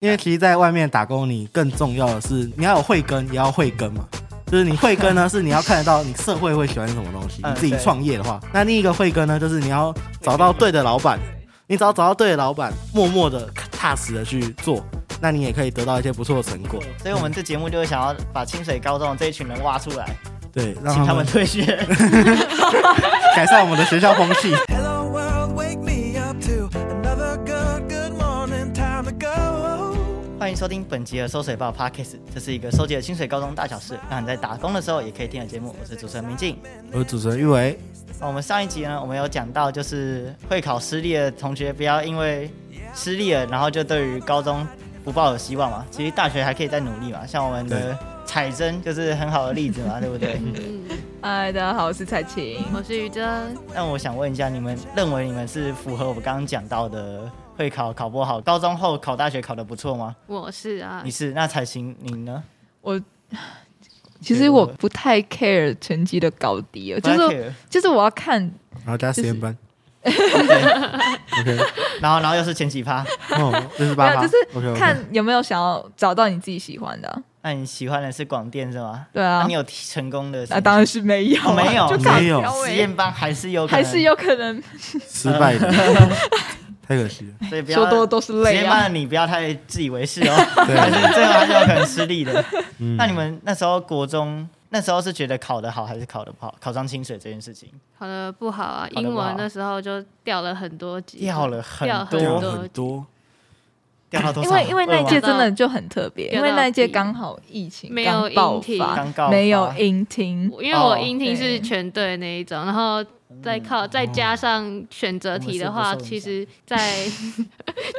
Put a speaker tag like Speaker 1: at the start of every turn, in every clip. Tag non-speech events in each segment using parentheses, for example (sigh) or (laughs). Speaker 1: 因为其实在外面打工，你更重要的是你要有慧根，也要慧根嘛。就是你慧根呢，是你要看得到你社会会喜欢什么东西。
Speaker 2: 嗯
Speaker 1: 你自己
Speaker 2: 对
Speaker 1: 创业的话，那另一个慧根呢，就是你要找到对的老板。你只要找到对的老板，默默的、踏实的去做，那你也可以得到一些不错的成果。
Speaker 2: (laughs) 所以我们这节目就是想要把清水高中这一群人挖出来，
Speaker 1: 对，让
Speaker 2: 嗯请
Speaker 1: 他
Speaker 2: 他
Speaker 1: 们
Speaker 2: 们退学。
Speaker 1: (laughs)
Speaker 2: (laughs)
Speaker 1: 改善我们的学校风气。
Speaker 3: Hello world, wake me up to another good, good morning time to go.
Speaker 2: 欢迎收听本集的《收水报》Podcast，这是一个收集了清水高中大小事，让你在打工的时候也可以听的节目。我是主持人明静。
Speaker 1: (laughs) 我是主持人玉伟，
Speaker 2: 那我们上一集呢，我们有讲到，就是会考失利的同学不要因为失利了，然后就对于高中不抱有希望嘛。其实大学还可以再努力嘛，像我们的
Speaker 1: 对
Speaker 2: 彩珍就是很好的例子嘛，对
Speaker 1: (laughs)
Speaker 2: 不对？
Speaker 4: 嗨，大家好，我是彩琴。
Speaker 5: 我是于真，
Speaker 2: 那我想问一下，你们认为你们是符合我刚刚讲到的会考考不好，高中后考大学考得不错吗？
Speaker 5: 我是啊
Speaker 2: 你，是？那才行，你呢？
Speaker 4: 其实我不太 care 成绩的高低哦了，就
Speaker 2: 不太
Speaker 4: 是
Speaker 2: care
Speaker 4: 就是我要看，
Speaker 1: 然后加实验
Speaker 2: (laughs)
Speaker 1: 班。OK，
Speaker 2: 然后然后又是前几趴，
Speaker 1: 哦，六十
Speaker 4: 没
Speaker 1: 八
Speaker 4: 有
Speaker 1: 吧。
Speaker 4: 就是
Speaker 1: OK，
Speaker 4: 看有没有想要找到你自己喜欢的啊。
Speaker 2: 那你喜欢的是广电是吗？
Speaker 4: 对啊
Speaker 2: 那你，有提成功的？
Speaker 4: 那当然是没有啊，
Speaker 2: 哦没有
Speaker 4: 就靠
Speaker 1: 没有
Speaker 4: 挑
Speaker 2: 实
Speaker 4: 欸
Speaker 2: 验班还是有可能，
Speaker 4: 还是有可能
Speaker 1: (laughs) 失败
Speaker 2: (laughs)
Speaker 1: 的，太可惜了。
Speaker 2: 所以不要
Speaker 4: 说多都是
Speaker 2: 实
Speaker 4: 泪
Speaker 2: 验班
Speaker 4: 啊。
Speaker 2: 的你不要太自以为是
Speaker 4: (laughs)
Speaker 2: 哦，
Speaker 1: 对
Speaker 2: 还是最后还是有可能失利的。
Speaker 1: 嗯
Speaker 2: 那你们那时候国中那时候是觉得考得好还是考得不好？考上清水这件事情
Speaker 5: 考的不好啊，
Speaker 2: 考得不好
Speaker 5: 英文那时候就掉了很多级，
Speaker 2: 掉了很
Speaker 5: 掉很
Speaker 2: 多
Speaker 1: 掉
Speaker 5: 多
Speaker 1: 啊很多，
Speaker 2: 掉到多
Speaker 4: 因
Speaker 2: 少啊？
Speaker 4: 为因为那一届
Speaker 2: 二吗
Speaker 4: 真的就很特别，因为那一届刚好疫情
Speaker 5: 没有
Speaker 4: 刚爆
Speaker 5: 音听
Speaker 2: 刚
Speaker 4: 发，
Speaker 2: 告
Speaker 4: 没有
Speaker 2: 发
Speaker 4: 音听，
Speaker 5: 因为我
Speaker 2: 哦嗯
Speaker 5: 英听
Speaker 4: 对
Speaker 5: 是全对那一种，然后再靠再加上选择题的
Speaker 2: 我们
Speaker 5: 话，
Speaker 2: 是不受
Speaker 5: 其
Speaker 2: 影响
Speaker 5: 实
Speaker 2: (laughs)
Speaker 5: 在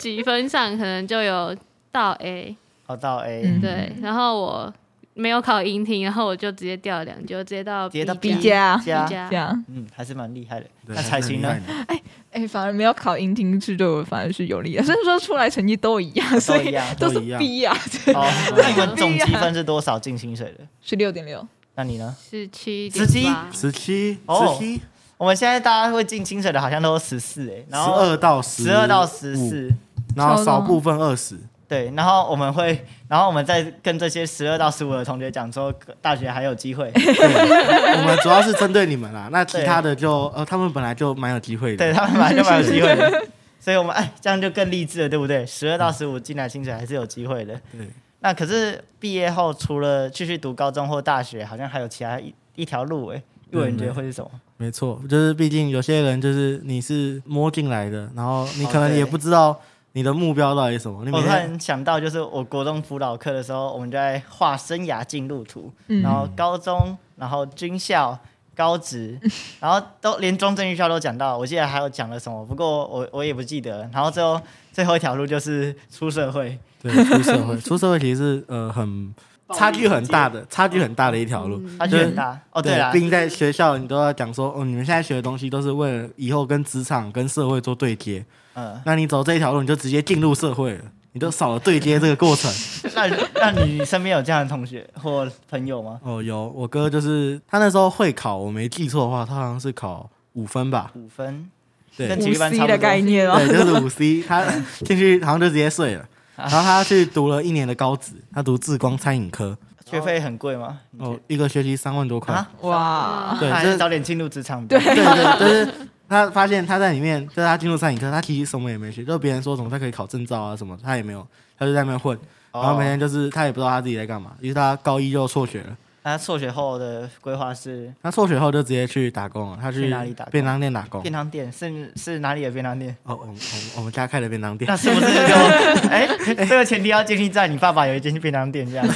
Speaker 5: 积分上可能就有到 A，
Speaker 2: 考哦到 A，、
Speaker 4: 嗯
Speaker 5: 对，然后我没有考英听，然后我就直接掉两级，我直接到
Speaker 2: 直接到
Speaker 5: B
Speaker 4: 比加
Speaker 2: 加
Speaker 5: 加
Speaker 4: 这样。
Speaker 2: 嗯，还是蛮厉害的。
Speaker 1: 对
Speaker 2: 那彩琴呢？？
Speaker 4: 哎、反而没有考音听是对我反而是有利的，虽然说出来成绩都一样，所
Speaker 2: 一
Speaker 4: 以
Speaker 2: 样
Speaker 4: 都是
Speaker 1: 都一样
Speaker 4: B 啊，
Speaker 5: (laughs)
Speaker 2: 哦，那你们总积分是多少进薪水的？
Speaker 4: 十六点六，
Speaker 2: 那你呢？
Speaker 5: 十七
Speaker 2: 十七
Speaker 1: 十七、十
Speaker 2: 哦
Speaker 1: 七、
Speaker 2: 我们现在大家会进薪水的，好像都十四哎，
Speaker 1: 十
Speaker 2: 然后
Speaker 1: 二到十，
Speaker 2: 十二到十，四，
Speaker 1: 然后少部分二十。
Speaker 2: 对，然后我们会，然后我们再跟这些十二到十五的同学讲说，大学还有机会。
Speaker 1: 对我们主要是针对你们啦，那其他的就呃，他们本来就蛮有机会的。
Speaker 2: 对他们本来就蛮有机会的，所以我们哎，这样就更励志了，对不对？十二到十五进来薪水还是有机会的。
Speaker 1: 对，
Speaker 2: 那可是毕业后除了继续读高中或大学，好像还有其他一一条路哎。
Speaker 1: 嗯
Speaker 2: 玉文，你觉得会是什么？
Speaker 1: 没错，就是毕竟有些人就是你是摸进来的，然后你可
Speaker 2: 哦
Speaker 1: 能
Speaker 2: 对
Speaker 1: 也不知道你的目标到底是什么。你
Speaker 2: 我
Speaker 1: 每
Speaker 2: 突
Speaker 1: 天
Speaker 2: 然想到，就是我国中辅导课的时候，我们就在画生涯进路图，
Speaker 4: 嗯
Speaker 2: 然后高中，然后军校、高职，然后都连中正预校都讲到，我记得还有讲了什么，不过我我也不记得了。然后最后最后一条路就是出社会，
Speaker 1: 对出社会， (laughs) 出社会其实是呃很差距很大的，差距很大的一条路。
Speaker 2: 差距很大。哦，对啦，
Speaker 1: 毕竟在学校你都要讲说，哦，你们现在学的东西都是为了以后跟职场、跟社会做对接。
Speaker 2: 嗯，
Speaker 1: 那你走这一条路，你就直接进入社会了，你都少了对接这个过程。
Speaker 2: 那那你身边有这样的同学或朋友吗？
Speaker 1: 哦，有我哥就是他那时候会考，我没记错的话，他好像是考五分吧？
Speaker 2: 五分，
Speaker 1: 对
Speaker 2: 跟
Speaker 4: 五
Speaker 2: 体育班
Speaker 4: C
Speaker 2: 差不多
Speaker 4: 的概念
Speaker 2: (laughs)
Speaker 4: 哦
Speaker 1: 对，。就是五 C，他进去好像就直接睡了。
Speaker 2: 啊
Speaker 1: 然后他去读了一年的高职，他读智光餐饮科，
Speaker 2: 学费很贵吗？
Speaker 1: 哦，一个学期三万多块。
Speaker 2: 啊，
Speaker 4: 哇，
Speaker 1: 哦对
Speaker 2: 那还
Speaker 1: 这
Speaker 2: 是早点进入职场对，
Speaker 1: 对对，就是他发现他在里面，就是他进入餐饮科，他其实什么也没学，就是别人说什么他可以考证照啊什么，他也没有，他就在那边混，然
Speaker 2: 哦
Speaker 1: 后每天就是他也不知道他自己在干嘛，于是他高一就辍学了。
Speaker 2: 那辍学后的规划是
Speaker 1: 他辍学后就直接去打工了，他
Speaker 2: 去
Speaker 1: 去
Speaker 2: 哪里打工
Speaker 1: 便当店打工。
Speaker 2: 便当店，是是哪里的便
Speaker 1: (laughs)
Speaker 2: 当店？
Speaker 1: 哦，我们我们我们家开的便当店
Speaker 2: 那是不是就 (laughs) 哎、这个前提要建立在你爸爸有一间便当店
Speaker 1: (laughs)
Speaker 2: 这样？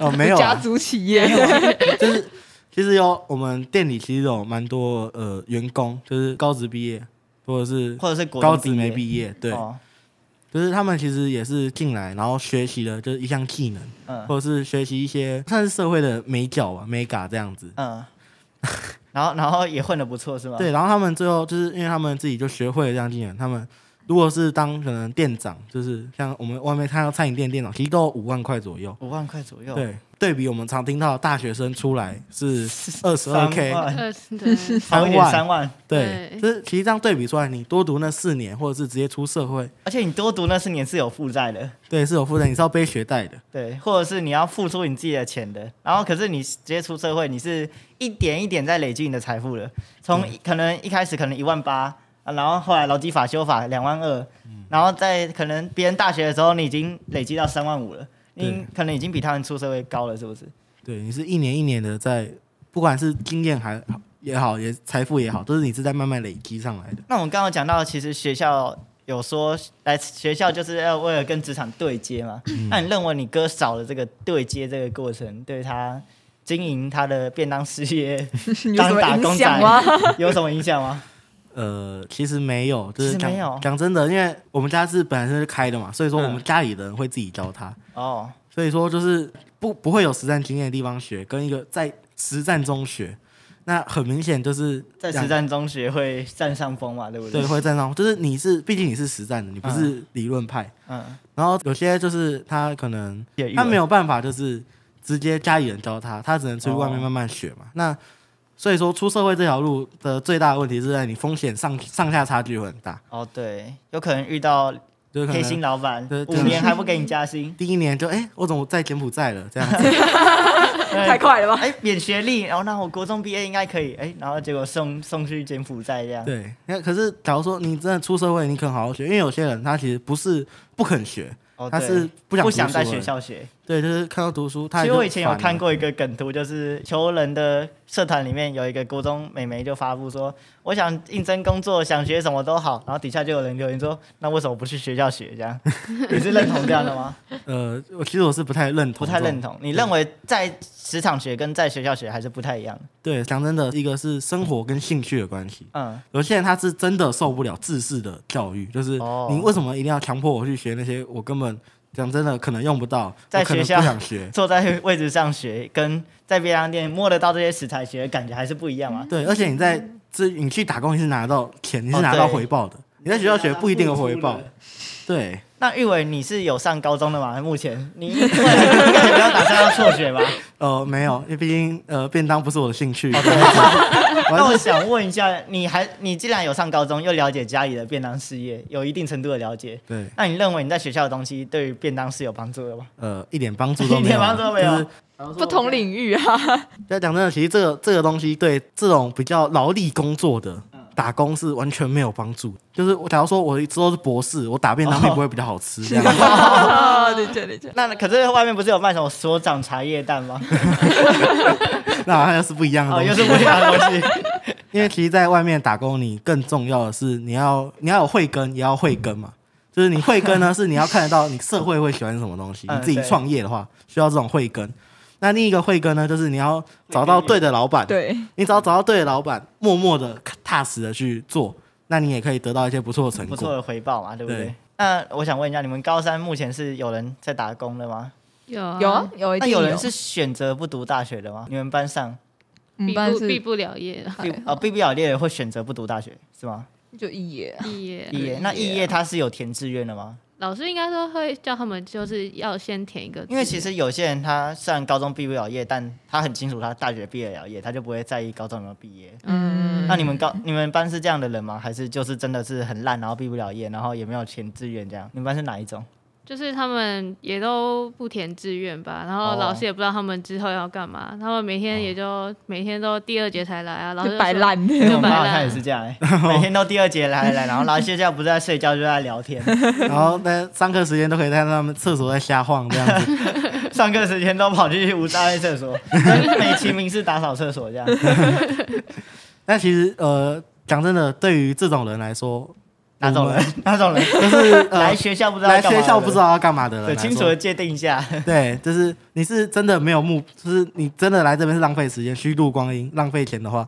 Speaker 1: 哦，没有、
Speaker 4: 家
Speaker 1: 啊，
Speaker 4: 族企业，
Speaker 1: 就是其实有我们店里其实有蛮多呃员工，就是高职毕业或者是
Speaker 2: 或者是国中
Speaker 1: 高职没
Speaker 2: 业？
Speaker 1: 毕业，对，
Speaker 2: 哦
Speaker 1: 就是他们其实也是进来然后学习了就是一项技能，
Speaker 2: 嗯
Speaker 1: 或者是学习一些算是社会的美角吧，美嘎这样子。
Speaker 2: 嗯，然后然后也混的不错是吗？嗯
Speaker 1: 对，然后他们最后就是因为他们自己就学会了这样技能，他们如果是当可能店长，就是像我们外面看到餐饮店店长，其实都有五万块左右。
Speaker 2: 五万块左右，，
Speaker 1: 对，对比我们常听到的大学生出来是二十二 k，
Speaker 5: 呃，对，
Speaker 2: 少一点三万，
Speaker 1: 对，
Speaker 5: 对
Speaker 1: 就是其实这样对比出来，你多读那四年，或者是直接出社会，
Speaker 2: 而且你多读那四年是有负债的，
Speaker 1: 对，是有负担，你是要背学贷的。
Speaker 2: 对，或者是你要付出你自己的钱的，然后可是你直接出社会，你是一点一点在累积你的财富的，从一可能一开始可能一万八、啊，然后后来劳基法修法两万二，然后在可能别人大学的时候，你已经累积到三万五了，你
Speaker 1: 对
Speaker 2: 可能已经比他们出社会高了，是不是？
Speaker 1: 对，你是一年一年的在，不管是经验还也好，也财富也好，都是你是在慢慢累积上来的。
Speaker 2: 那我们刚刚讲到，其实学校有说来学校就是要为了跟职场对接嘛，那你认为你哥少了这个对接这个过程，对他经营他的便当事业 (laughs)
Speaker 4: 有什
Speaker 2: 当
Speaker 4: 么
Speaker 2: 打
Speaker 4: 影
Speaker 2: 工
Speaker 4: 响吗？
Speaker 2: 仔有什么影响吗？
Speaker 1: 呃，其实没有，就是
Speaker 2: 其实
Speaker 1: 讲
Speaker 2: 没有
Speaker 1: 讲真的，因为我们家是本来是开的嘛，所以说我们
Speaker 2: 嗯
Speaker 1: 家里的人会自己教他，
Speaker 2: 哦，
Speaker 1: 所以说就是不不会有实战经验的地方学，跟一个在实战中学，那很明显就是
Speaker 2: 在
Speaker 1: 两
Speaker 2: 实战中学会占上风嘛，对不
Speaker 1: 对
Speaker 2: 对？
Speaker 1: 会站上，就是你是毕竟你是实战的，你不是理论派。
Speaker 2: 嗯，
Speaker 1: 然后有些就是他可能
Speaker 2: 也
Speaker 1: 他没有办法就是直接家里人教他，他只能出去外面
Speaker 2: 哦
Speaker 1: 慢慢学嘛。那所以说出社会这条路的最大的问题是在你风险上上下差距会很大，
Speaker 2: 哦，对，有可能遇到
Speaker 1: 就是可
Speaker 2: 黑心
Speaker 1: 能
Speaker 2: 老板
Speaker 1: 对，
Speaker 2: 五
Speaker 1: 对，
Speaker 2: 年还不给你加
Speaker 1: (laughs)
Speaker 2: 薪
Speaker 1: 第一年就哎、诶我怎么在柬埔寨了这样
Speaker 2: (laughs)
Speaker 1: 子？
Speaker 4: 太快了吧！
Speaker 2: 哎，免学历，然后那我国中毕业应该可以，哎，然后结果送送去柬埔寨这样，
Speaker 1: 对，那可是假如说你真的出社会，你肯好好学，因为有些人他其实不是不肯学，
Speaker 2: 哦，
Speaker 1: 他
Speaker 2: 对
Speaker 1: 是不想读
Speaker 2: 不想
Speaker 1: 书
Speaker 2: 在
Speaker 1: 而
Speaker 2: 学
Speaker 1: 已
Speaker 2: 校学。
Speaker 1: 对，就是看到读书，他
Speaker 2: 其
Speaker 1: 也
Speaker 2: 实
Speaker 1: 就
Speaker 2: 我以前有
Speaker 1: 烦了
Speaker 2: 看过一个梗图，就是求人的社团里面有一个国中美眉就发布说，我想应征工作，想学什么都好，然后底下就有人留言说，那为什么不去学校学？这样， (laughs) 你是认同这样的吗？
Speaker 1: 呃，我其实我是不太认同，
Speaker 2: 不太认。同。你认为在职场学跟在学校学还是不太一样的？
Speaker 1: 对，讲真的，一个是生活跟兴趣的关系。
Speaker 2: 嗯，
Speaker 1: 有些人他是真的受不了制式的教育，就是
Speaker 2: 哦
Speaker 1: 你为什么一定要强迫我去学那些我根本讲真的可能用不到，
Speaker 2: 在
Speaker 1: 我可能
Speaker 2: 学校
Speaker 1: 不想学。
Speaker 2: 坐在位置上学跟在便当店摸得到这些食材学，的感觉还是不一样啊
Speaker 4: 嗯
Speaker 2: 嘛。
Speaker 1: 对，而且你在这你去打工你是拿到钱，你是
Speaker 2: 哦
Speaker 1: 拿到
Speaker 2: 对
Speaker 1: 回报的，你在学校学不一定有回报
Speaker 2: 付出的。
Speaker 1: 对，
Speaker 2: 那玉伟，你是有上高中的吗？目前你应该不要打算要辍
Speaker 1: (laughs)
Speaker 2: 学吧？
Speaker 1: 呃，没有，因为毕竟呃，便当不是我的兴趣。
Speaker 2: 哦那我想问一下，你还你既然有上高中，又了解家里的便当事业，有一定程度的了解，
Speaker 1: (laughs) 对，
Speaker 2: 那你认为你在学校的东西对于便当是有帮助的吗？
Speaker 1: 呃，一点帮助都
Speaker 2: (laughs) 一
Speaker 1: 没有，
Speaker 2: 点帮助都没有
Speaker 1: 就是
Speaker 4: (laughs) 不同领域啊，
Speaker 1: 要讲真的，其实这个这个东西对这种比较劳力工作的
Speaker 2: 嗯
Speaker 1: 打工是完全没有帮助。就是我假如说我之后是博士，我打便当并不会比较好
Speaker 2: (laughs)
Speaker 1: 吃。这样
Speaker 4: 理解理解。
Speaker 2: 那可是外面不是有卖什么所长茶叶蛋
Speaker 1: (laughs)
Speaker 2: 吗？
Speaker 1: 那好像又是不一样的
Speaker 2: 哦，
Speaker 1: 东西。
Speaker 2: 又是不一样的东西。
Speaker 1: 因为其实，在外面打工，你更重要的是你要你要有慧根，也要慧根嘛。就是你慧根呢，是你要看得到你社会会喜欢什么东西。
Speaker 2: 嗯
Speaker 1: 你自己创业的话，需要这种慧根。那另一个慧根呢，就是你要找到对的老板。
Speaker 4: 对，
Speaker 1: 你只要找到对的老板，默默的踏实的去做，那你也可以得到一些不错的成
Speaker 2: 不
Speaker 1: 果。
Speaker 2: 错的回报嘛，对不对？
Speaker 1: 对
Speaker 2: 那我想问一下，你们高三目前是有人在打工的吗？
Speaker 5: 有
Speaker 4: 有
Speaker 5: 啊
Speaker 4: 啊，有一
Speaker 2: 那
Speaker 4: 定
Speaker 2: 有人是选择不读大学的吗？你们班上
Speaker 4: 我
Speaker 5: 毕
Speaker 4: 们班
Speaker 5: 不毕
Speaker 4: 是
Speaker 5: 不了业了，
Speaker 4: 还
Speaker 2: 啊，毕不了业会选择不读大学是吗？
Speaker 4: 就一野，
Speaker 5: 毕业
Speaker 2: 肄业，那肄业他是有填志愿的吗？
Speaker 5: 老师应该说会叫他们就是要先填一个志愿，
Speaker 2: 因为其实有些人他虽然高中毕不了业，但他很清楚他大学毕得了业，他就不会在意高中有没有毕业。
Speaker 5: 嗯，
Speaker 2: 那你们高你们班是这样的人吗？还是就是真的是很烂，然后毕不了业，然后也没有填志愿这样？你们班是哪一种？
Speaker 5: 就是他们也都不填志愿吧，然后
Speaker 2: 哦
Speaker 5: 老师也不知道他们之后要干嘛，他们每天也就每天都第二节才来啊，老师
Speaker 4: 就
Speaker 5: 说
Speaker 4: 摆，烂
Speaker 2: 因为
Speaker 5: 就
Speaker 2: 我
Speaker 5: 摆
Speaker 2: 妈
Speaker 5: 烂
Speaker 2: 好像也是这样、 (laughs) 欸，每天都第二节来来，然后然后睡觉不是在睡觉就在聊天，
Speaker 1: (laughs) 然后在上课时间都可以在他们厕所在瞎晃这样 (laughs) 子。
Speaker 2: 上课时间都跑去无障碍厕所， (laughs) 跟美其名是打扫厕所这样，
Speaker 1: 那其实呃，讲真的，对于这种人来说，
Speaker 2: 哪种人？ (laughs) 哪种人？
Speaker 1: 我们就是
Speaker 2: 来
Speaker 1: 呃
Speaker 2: 学校不知道
Speaker 1: (laughs) 来
Speaker 2: 要干嘛
Speaker 1: 学
Speaker 2: 的
Speaker 1: 校不知道要干嘛的人来
Speaker 2: 对，
Speaker 1: 说，
Speaker 2: 清楚的界定一 (laughs) 下。
Speaker 1: 对，就是你是真的没有目，就是你真的来这边是浪费时间、虚度光阴、浪费钱的话，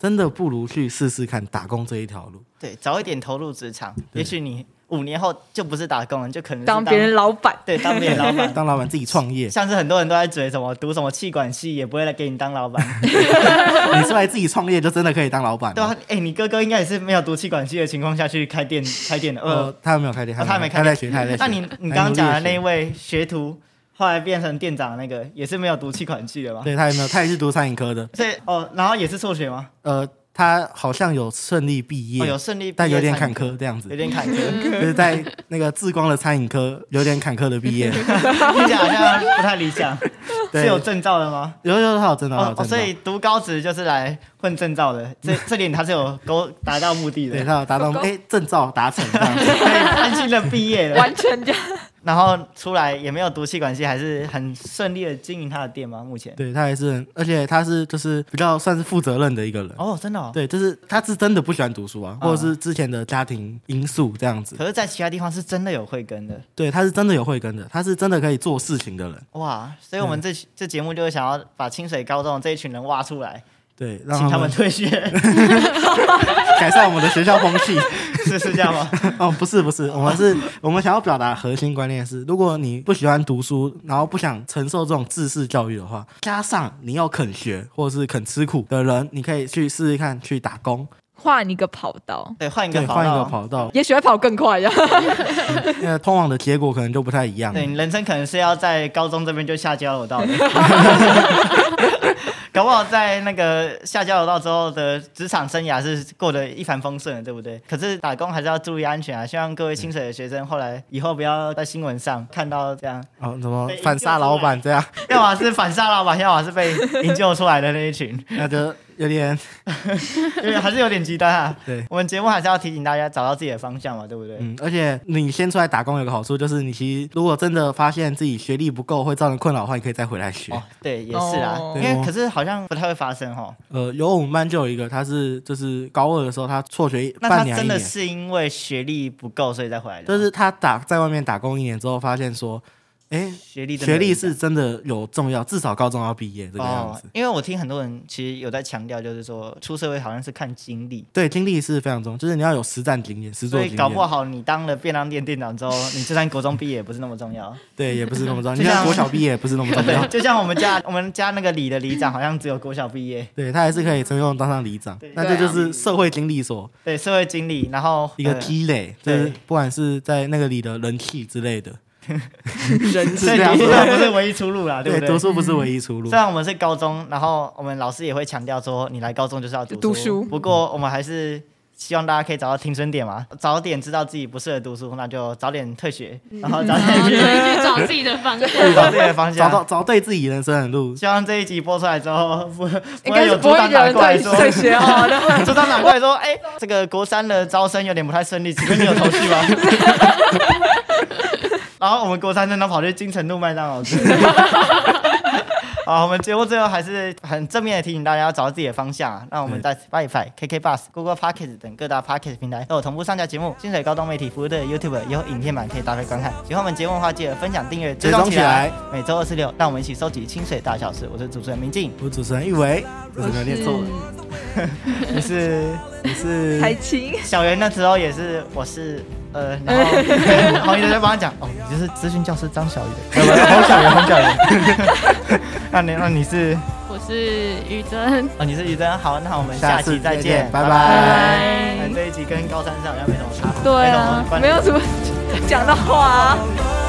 Speaker 1: 真的不如去试试看打工这一条路。
Speaker 2: 对，早一点投入职场，也许你五年后就不是打工人，就可能是
Speaker 4: 当别人老板，
Speaker 2: (laughs) 对当别
Speaker 1: (laughs)
Speaker 2: 人老板。
Speaker 1: 当老板自己创业，
Speaker 2: 像是很多人都在嘴什么读什么气管系也不会来给你当老板，
Speaker 1: (laughs) 你出来自己创业就真的可以当老板
Speaker 2: 对
Speaker 1: 了。 (laughs)
Speaker 2: 啊，哎、你哥哥应该也是没有读气管系的情况下去开店开店的，呃
Speaker 1: 呃，，他没有开店，哎
Speaker 2: 哦他还没
Speaker 1: 他
Speaker 2: 开
Speaker 1: 在学，他还在学。
Speaker 2: 那你你刚刚讲的那一
Speaker 1: 位，
Speaker 2: 位学徒，后来变成店长的那个，也是没有读气管系的吗？
Speaker 1: 对他也没有，他也是读餐饮科的。
Speaker 2: 所以哦，然后也是辍学吗？
Speaker 1: 呃，他好像有顺利毕
Speaker 2: 哦，
Speaker 1: 业
Speaker 2: 有，顺利，
Speaker 1: 但有点坎，坷这样子
Speaker 2: 有，点坎坷，
Speaker 1: (laughs) 就是在那个志光的餐饮科有点坎坷的毕
Speaker 2: (laughs)
Speaker 1: 业。
Speaker 2: 听起来好像不太理想。
Speaker 1: (laughs) 对啊
Speaker 2: 是有证照的吗？
Speaker 1: 有有他有真的，他
Speaker 2: 哦
Speaker 1: 有，
Speaker 2: 哦
Speaker 1: 真
Speaker 2: 所
Speaker 1: 的。
Speaker 2: 以读高职就是来混证照
Speaker 1: (laughs)
Speaker 2: 的，这这点他是有勾达到目的
Speaker 1: 对
Speaker 2: 的，
Speaker 1: 他有达到哎证照达成这样子， (laughs)
Speaker 2: (laughs) 安心的毕业了，
Speaker 4: 完全这样。
Speaker 2: 然后出来也没有读气管系，还是很顺利的经营他的店吗？目前
Speaker 1: 对他还是很，而且他是就是比较算是负责任的一个人。
Speaker 2: 哦，真的哦，
Speaker 1: 对，就是他是真的不喜欢读书啊，
Speaker 2: 啊
Speaker 1: 或者是之前的家庭因素这样子。
Speaker 2: 可是，在其他地方是真的有慧根的。
Speaker 1: 对，他是真的有慧根的，他是真的可以做事情的人。
Speaker 2: 哇，所以我们这、这节目就是想要把清水高中的这一群人挖出来，
Speaker 1: 对，让
Speaker 2: 请他
Speaker 1: 他
Speaker 2: 们
Speaker 1: 们
Speaker 2: 退学，
Speaker 1: (laughs) 改善我们的学校风气。
Speaker 2: 是是这样吗？
Speaker 1: (laughs) 哦，不是不是，我们是，我们想要表达的核心观念是，如果你不喜欢读书，然后不想承受这种知识教育的话，加上你要肯学或者是肯吃苦的人，你可以去试试看去打工，
Speaker 4: 换一个跑道，
Speaker 2: 对，换一个
Speaker 1: 对，
Speaker 2: 跑道，
Speaker 1: 换一个跑道，
Speaker 4: 也许会跑更
Speaker 2: (laughs)
Speaker 4: 快呀。
Speaker 1: 那通往的结果可能就不太一样。
Speaker 2: 对，你人生可能是要在高中这边就下交
Speaker 1: (laughs)
Speaker 2: 流道的，搞不好在那个下交流道之后的职场生涯是过得一帆风顺的，对不对？可是打工还是要注意安全啊！希望各位清水的学生后来以后不要在新闻上看到这样，
Speaker 1: 哦，怎么反杀老板这样，
Speaker 2: 要么是反杀老板，要么是被营救出来的那一群。
Speaker 1: 那就有点
Speaker 2: 对，还是有点极端啊。
Speaker 1: 对
Speaker 2: 我们节目还是要提醒大家找到自己的方向嘛，对不对？
Speaker 1: 嗯，而且你先出来打工有个好处，就是你其实如果真的发现自己学历不够会造成困扰的话，你可以再回来学。
Speaker 2: 哦，对，也是啊，
Speaker 4: 哦
Speaker 2: 因为可是好像不太会发生哦。
Speaker 1: 呃，有我们班就有一个，他是就是高二的时候他辍学
Speaker 2: 那
Speaker 1: 半
Speaker 2: 他
Speaker 1: 年还一
Speaker 2: 真的
Speaker 1: 年，
Speaker 2: 是因为学历不够，所以再回来的吗，
Speaker 1: 就是他打在外面打工一年之后，发现说，哎，
Speaker 2: 学历真的
Speaker 1: 学
Speaker 2: 有
Speaker 1: 历
Speaker 2: 影响
Speaker 1: 是真的有重要，至少高中要毕业这个样
Speaker 2: 哦
Speaker 1: 子。，
Speaker 2: 因为我听很多人其实有在强调，就是说出社会好像是看经历。
Speaker 1: 对，经历是非常重要，就是你要有实战经验、实作
Speaker 2: 所
Speaker 1: 经
Speaker 2: 以搞不
Speaker 1: 验，
Speaker 2: 好你当了便当店店长之后，你就算国中毕业也不是那么重
Speaker 1: (laughs)
Speaker 2: 要。
Speaker 1: 对，也不是那
Speaker 2: (laughs)
Speaker 1: 么重要。
Speaker 2: 就
Speaker 1: 你像
Speaker 2: 像
Speaker 1: 国小毕业也不是那么重要
Speaker 2: (laughs) 对，，就像我们家我们家那个李的里长，好像只有国小毕业，
Speaker 1: 对他还是可以成功当上里长
Speaker 2: 对。
Speaker 1: 那这
Speaker 4: 对
Speaker 1: 就
Speaker 4: 啊
Speaker 1: 是社会经历所
Speaker 2: 对社会经历，然后
Speaker 1: 一个
Speaker 2: 呃
Speaker 1: 积累，就是
Speaker 2: 对
Speaker 1: 不管是在那个里的人气之类的，
Speaker 4: 人
Speaker 1: 是
Speaker 2: 所以
Speaker 1: 这样
Speaker 2: 读
Speaker 1: 子
Speaker 2: 书。不是唯一出路啊啦，对嗯不对？
Speaker 1: 读书不是唯一出路
Speaker 2: 虽。然我们是高中，然后我们老师也会强调说，你来高中就是要读
Speaker 4: 读书
Speaker 2: 不过我们还是希望大家可以找到停损点嘛，早点知道自己不适合读书，那就早点退学，然后早点
Speaker 5: 回
Speaker 2: 去
Speaker 5: 嗯去找自己的方向。
Speaker 2: 找自己的
Speaker 1: (laughs)
Speaker 2: 方
Speaker 1: 找
Speaker 2: 向。
Speaker 1: 到找对自己人生的路，
Speaker 2: 希望这一集播出来之后，不
Speaker 4: 应
Speaker 2: 不
Speaker 4: 该
Speaker 2: 会
Speaker 4: 是
Speaker 2: 有
Speaker 4: 不
Speaker 2: 组
Speaker 4: 会
Speaker 2: 长
Speaker 4: 有
Speaker 2: 打
Speaker 4: 人
Speaker 2: 过来
Speaker 4: 退
Speaker 2: 说，
Speaker 4: 退学哦。
Speaker 2: (laughs)
Speaker 4: 然后
Speaker 2: 组长打过来说，哎，这个国三的招生有点不太顺利，请问你有头绪吗？ (laughs) 然后我们国三真的跑去金城路麦当劳吃。 (laughs) 好，我们节目最后还是很正面的提醒大家要找到自己的方向、啊。那我们在 Spotify、KK Bus、Google p o c k e t 等各大 p o c k e t 平台都有同步上架节目。清水高中媒体服务的 YouTube 也有影片版可以搭配观看。喜欢我们节目的话，记得分享、订阅、追
Speaker 1: 追
Speaker 2: 踪
Speaker 1: 踪
Speaker 2: 起
Speaker 1: 起
Speaker 2: 来
Speaker 1: 来。
Speaker 2: 每周二、四、六，让我们一起收集清水大小事。我是主持人明静，
Speaker 1: 我是主持人玉维，我是没有念错，
Speaker 2: (laughs) 你是
Speaker 1: 你是
Speaker 4: 海清，
Speaker 2: 小圆那时候也是，我是 (laughs) 呃，然后红衣人就帮他讲，哦，你就是资讯教师 (laughs) 张小圆，
Speaker 1: 好小人，好小人。
Speaker 2: (laughs) 那你那你是
Speaker 5: 我是于真，
Speaker 2: 哦，你是宇真，好，那我们
Speaker 1: 下
Speaker 2: 下期
Speaker 1: 次再
Speaker 2: 再
Speaker 1: 见
Speaker 2: 见，
Speaker 1: 拜
Speaker 2: 拜
Speaker 4: 拜
Speaker 2: 哎嗯这一集跟高三上好像没什么差，
Speaker 4: 对
Speaker 2: 没什么
Speaker 4: 啊
Speaker 2: 关，系
Speaker 4: 没有什么讲到话啊。
Speaker 3: All alone.